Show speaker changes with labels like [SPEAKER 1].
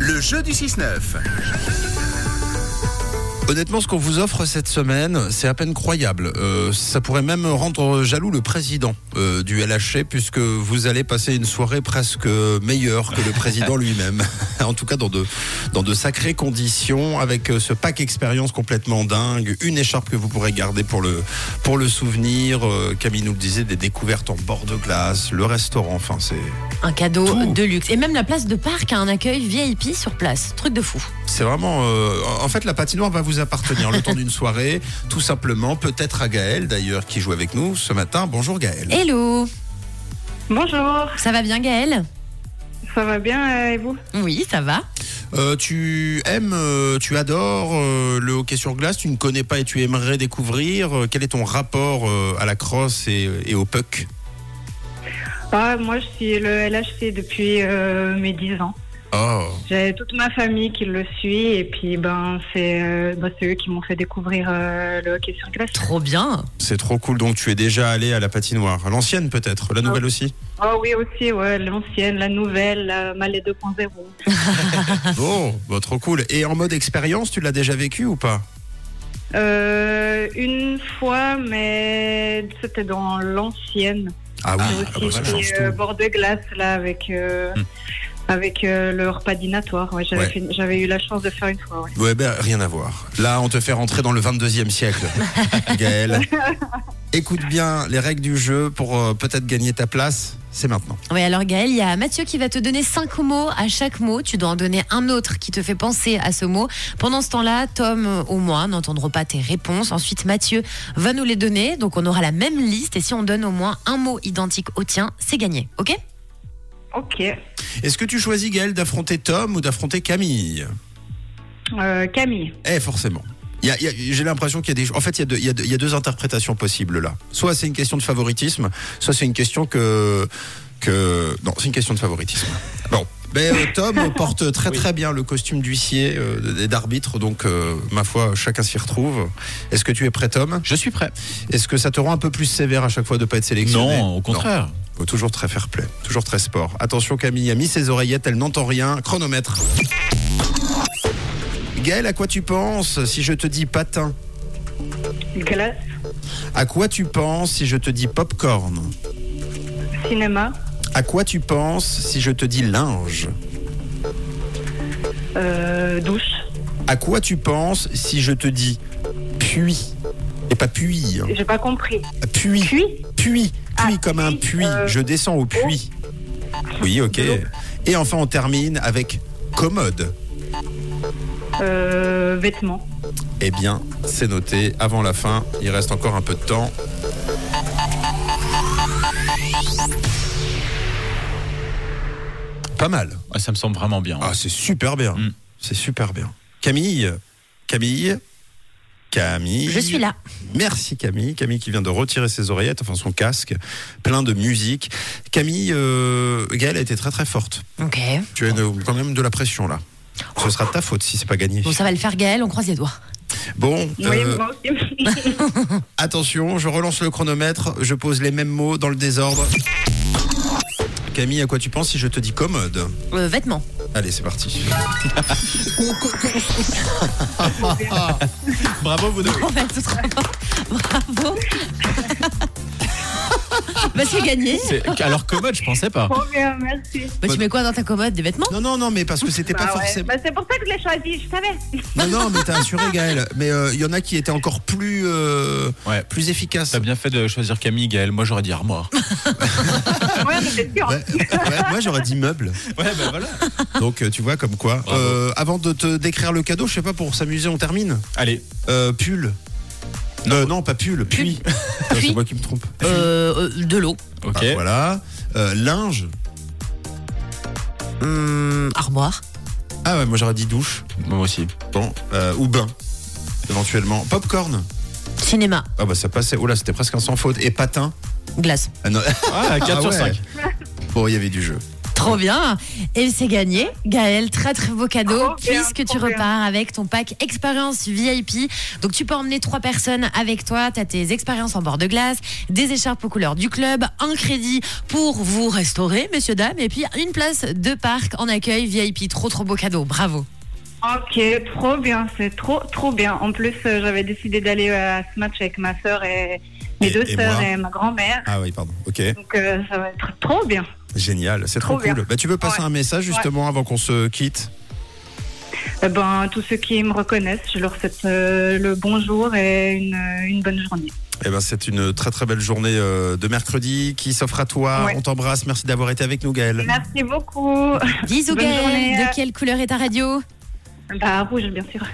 [SPEAKER 1] Le jeu du 6-9.
[SPEAKER 2] Honnêtement, ce qu'on vous offre cette semaine, c'est à peine croyable. Euh, ça pourrait même rendre jaloux le président euh, du LHC, puisque vous allez passer une soirée presque meilleure que le président lui-même. en tout cas, dans de, dans de sacrées conditions, avec euh, ce pack expérience complètement dingue, une écharpe que vous pourrez garder pour le, pour le souvenir. euh, Camille nous le disait, des découvertes en bord de glace, le restaurant, enfin, c'est,
[SPEAKER 3] Un cadeau
[SPEAKER 2] Tout.
[SPEAKER 3] de luxe. Et même la place de parc a un accueil VIP sur place. Truc de fou.
[SPEAKER 2] c'est vraiment. euh, en fait, la patinoire va vous appartenir le temps d'une soirée, tout simplement, peut-être à Gaël d'ailleurs, qui joue avec nous ce matin. Bonjour Gaël.
[SPEAKER 3] Hello
[SPEAKER 4] Bonjour,
[SPEAKER 3] Ça va bien Gaël
[SPEAKER 4] ça va bien euh, et vous
[SPEAKER 3] Oui, ça va.
[SPEAKER 2] Euh, tu aimes, euh, tu adores euh, le hockey sur glace, tu ne connais pas et tu aimerais découvrir. Euh, quel est ton rapport euh, à la crosse et, et au puck
[SPEAKER 4] Ah, Moi, je suis le LHC depuis euh, mes 10 ans.
[SPEAKER 2] Oh,
[SPEAKER 4] J'ai toute ma famille qui le suit et puis ben c'est euh, ben, c'est eux qui m'ont fait découvrir euh, le hockey sur glace.
[SPEAKER 3] Trop bien.
[SPEAKER 2] c'est trop cool. Donc tu es déjà allé à la patinoire, à l'ancienne peut-être, la nouvelle aussi.
[SPEAKER 4] Oh oui aussi, ouais, l'ancienne, la nouvelle, la Malais 2.0.
[SPEAKER 2] Bon, bah, trop cool. Et en mode expérience, tu l'as déjà vécu ou pas
[SPEAKER 4] Euh, une fois, mais c'était dans l'ancienne.
[SPEAKER 2] Ah
[SPEAKER 4] J'ai aussi fait, euh, bord de glace là avec euh, avec euh, le repas dînatoire. Ouais, j'avais
[SPEAKER 2] Hmm. Ouais.
[SPEAKER 4] fait- j'avais eu la chance de faire une fois. ouais.
[SPEAKER 2] Ouais, ben, rien à voir. Là, on te fait rentrer dans le 22e siècle, Gaël. Écoute bien les règles du jeu pour euh, peut-être gagner ta place. C'est maintenant.
[SPEAKER 3] Oui, alors Gaël, il y a Mathieu qui va te donner cinq mots à chaque mot. Tu dois en donner un autre qui te fait penser à ce mot. Pendant ce temps-là, Tom euh, ou moi n'entendront pas tes réponses. Ensuite, Mathieu va nous les donner. Donc, on aura la même liste. Et si on donne au moins un mot identique au tien, c'est gagné. OK
[SPEAKER 4] Ok.
[SPEAKER 2] Est-ce que tu choisis, Gaël, d'affronter Tom ou d'affronter Camille
[SPEAKER 4] Euh, Camille.
[SPEAKER 2] Eh, forcément. Il y a- il y a- J'ai l'impression qu'il y a des. En fait, il y, a deux- il y a deux- il y a deux interprétations possibles là. Soit c'est une question de favoritisme, soit c'est une question que. que... Non, c'est une question de favoritisme. Bon. Mais euh, Tom porte très très bien le costume d'huissier euh, et d'arbitre, donc euh, ma foi, chacun s'y retrouve. Est-ce que tu es prêt, Tom
[SPEAKER 5] Je suis prêt.
[SPEAKER 2] Est-ce que ça te rend un peu plus sévère à chaque fois de pas être sélectionné
[SPEAKER 5] Non, au contraire.
[SPEAKER 2] Non. Faut toujours très fair play, toujours très sport. Attention, Camille a mis ses oreillettes, elle n'entend rien. Chronomètre. Gaël, à quoi tu penses si je te dis patin
[SPEAKER 4] Glace.
[SPEAKER 2] À quoi tu penses si je te dis popcorn
[SPEAKER 4] Cinéma.
[SPEAKER 2] À quoi tu penses si je te dis linge
[SPEAKER 4] Euh, douche.
[SPEAKER 2] À quoi tu penses si je te dis puits Et pas puits, hein.
[SPEAKER 4] J'ai pas compris.
[SPEAKER 2] puits, puits,
[SPEAKER 4] Puis
[SPEAKER 2] puits,
[SPEAKER 4] Euh, Ah,
[SPEAKER 2] comme un
[SPEAKER 4] puits,
[SPEAKER 2] puits.
[SPEAKER 4] euh, oh.
[SPEAKER 2] Je descends au puits. Oui, ok.
[SPEAKER 4] De l'eau.
[SPEAKER 2] Et enfin, on termine avec commode.
[SPEAKER 4] euh, vêtements.
[SPEAKER 2] Eh bien, c'est noté avant la fin. Il reste encore un peu de temps. Pas mal.
[SPEAKER 5] Ah, ça me semble vraiment bien.
[SPEAKER 2] Ah, c'est super bien.
[SPEAKER 5] Mm.
[SPEAKER 2] C'est super bien. Camille, Camille, Camille.
[SPEAKER 3] Je suis là.
[SPEAKER 2] Merci Camille. Camille qui vient de retirer ses oreillettes, enfin son casque, plein de musique. Camille, euh, Gaëlle a été très très forte.
[SPEAKER 3] OK.
[SPEAKER 2] Tu as une- quand même de la pression là. Ce sera de ta faute si c'est pas gagné.
[SPEAKER 3] Bon, ça va le faire, Gaël. On croise les doigts.
[SPEAKER 2] Bon,
[SPEAKER 4] Oui,
[SPEAKER 2] euh,
[SPEAKER 4] moi aussi.
[SPEAKER 2] Attention, je relance le chronomètre, je pose les mêmes mots dans le désordre. Camille, à quoi tu penses si je te dis commode
[SPEAKER 3] Euh, vêtements.
[SPEAKER 2] Allez, c'est parti.
[SPEAKER 5] Bravo, vous deux.
[SPEAKER 3] On va tout tra- Bravo. bah, c'est gagné.
[SPEAKER 5] C'est- Alors, commode, je pensais pas.
[SPEAKER 4] Trop bien, merci.
[SPEAKER 3] Bah, tu mets quoi dans ta commode Des vêtements
[SPEAKER 2] Non, non, non, mais parce que c'était pas
[SPEAKER 4] Bah ouais.
[SPEAKER 2] forcément.
[SPEAKER 4] Bah, c'est pour ça que je l'ai choisi, je savais.
[SPEAKER 2] Non, non, mais t'as assuré, Gaël. Mais euh, il y en a qui étaient encore plus, euh,
[SPEAKER 5] Ouais.
[SPEAKER 2] plus efficaces.
[SPEAKER 5] T'as bien fait de choisir Camille, Gaël. Moi, j'aurais dit armoire.
[SPEAKER 4] Ouais, mais c'est sûr.
[SPEAKER 2] Ouais, ouais, moi, j'aurais dit meuble.
[SPEAKER 5] Ouais, ben voilà.
[SPEAKER 2] Donc, euh, tu vois, comme quoi.
[SPEAKER 5] Bravo.
[SPEAKER 2] Euh, avant de te décrire le cadeau, je sais pas, pour s'amuser, on termine.
[SPEAKER 5] Allez,
[SPEAKER 2] Euh, pull. Euh, non, pas pull, puis. C'est
[SPEAKER 3] Puits.
[SPEAKER 2] moi qui me trompe.
[SPEAKER 3] Euh, euh, De l'eau.
[SPEAKER 5] ok.
[SPEAKER 2] Ah, voilà. Euh, linge.
[SPEAKER 3] Hum, armoire.
[SPEAKER 2] Ah ouais, moi j'aurais dit douche.
[SPEAKER 5] Moi aussi.
[SPEAKER 2] Bon, euh, ou bain, éventuellement. Popcorn.
[SPEAKER 3] Cinéma.
[SPEAKER 2] Ah bah ça passait. Oh là, c'était presque un sans faute. Et patin.
[SPEAKER 3] Glace.
[SPEAKER 2] Ah non.
[SPEAKER 5] Ah, 4
[SPEAKER 2] Ah
[SPEAKER 5] sur
[SPEAKER 2] ouais.
[SPEAKER 5] 5.
[SPEAKER 2] Bon, il y avait du jeu.
[SPEAKER 3] Trop bien. Et c'est gagné. Gaël, très très beau cadeau
[SPEAKER 4] Trop bien,
[SPEAKER 3] puisque tu
[SPEAKER 4] trop bien.
[SPEAKER 3] repars avec ton pack expérience VIP. Donc tu peux emmener trois personnes avec toi. Tu as tes expériences en bord de glace, des écharpes aux couleurs du club, un crédit pour vous restaurer, messieurs, dames, et puis une place de parc en accueil VIP. Trop trop beau cadeau. Bravo.
[SPEAKER 4] Ok, trop bien, c'est trop, trop bien. En plus, euh, j'avais décidé d'aller euh, à ce match avec ma sœur et mes
[SPEAKER 2] Et-
[SPEAKER 4] deux
[SPEAKER 2] et
[SPEAKER 4] sœurs
[SPEAKER 2] moi.
[SPEAKER 4] et ma grand-mère.
[SPEAKER 2] Ah oui, pardon. Ok,
[SPEAKER 4] Donc, euh, ça va être trop bien.
[SPEAKER 2] génial. C'est trop,
[SPEAKER 4] Trop bien.
[SPEAKER 2] cool. Bah, tu veux passer
[SPEAKER 4] Ouais.
[SPEAKER 2] un message justement avant qu'on se quitte
[SPEAKER 4] Eh ben, tous ceux qui me reconnaissent, je leur souhaite euh, le bonjour et une, euh, une bonne journée.
[SPEAKER 2] Eh ben, c'est une très très belle journée euh, de mercredi qui s'offre à toi.
[SPEAKER 4] Ouais.
[SPEAKER 2] On t'embrasse. Merci d'avoir été avec nous, Gaël.
[SPEAKER 4] Merci beaucoup.
[SPEAKER 3] Bisous
[SPEAKER 4] Bonne
[SPEAKER 3] Gaël.
[SPEAKER 4] journée.
[SPEAKER 3] De quelle couleur est ta radio
[SPEAKER 4] Bah, rouge, bien sûr.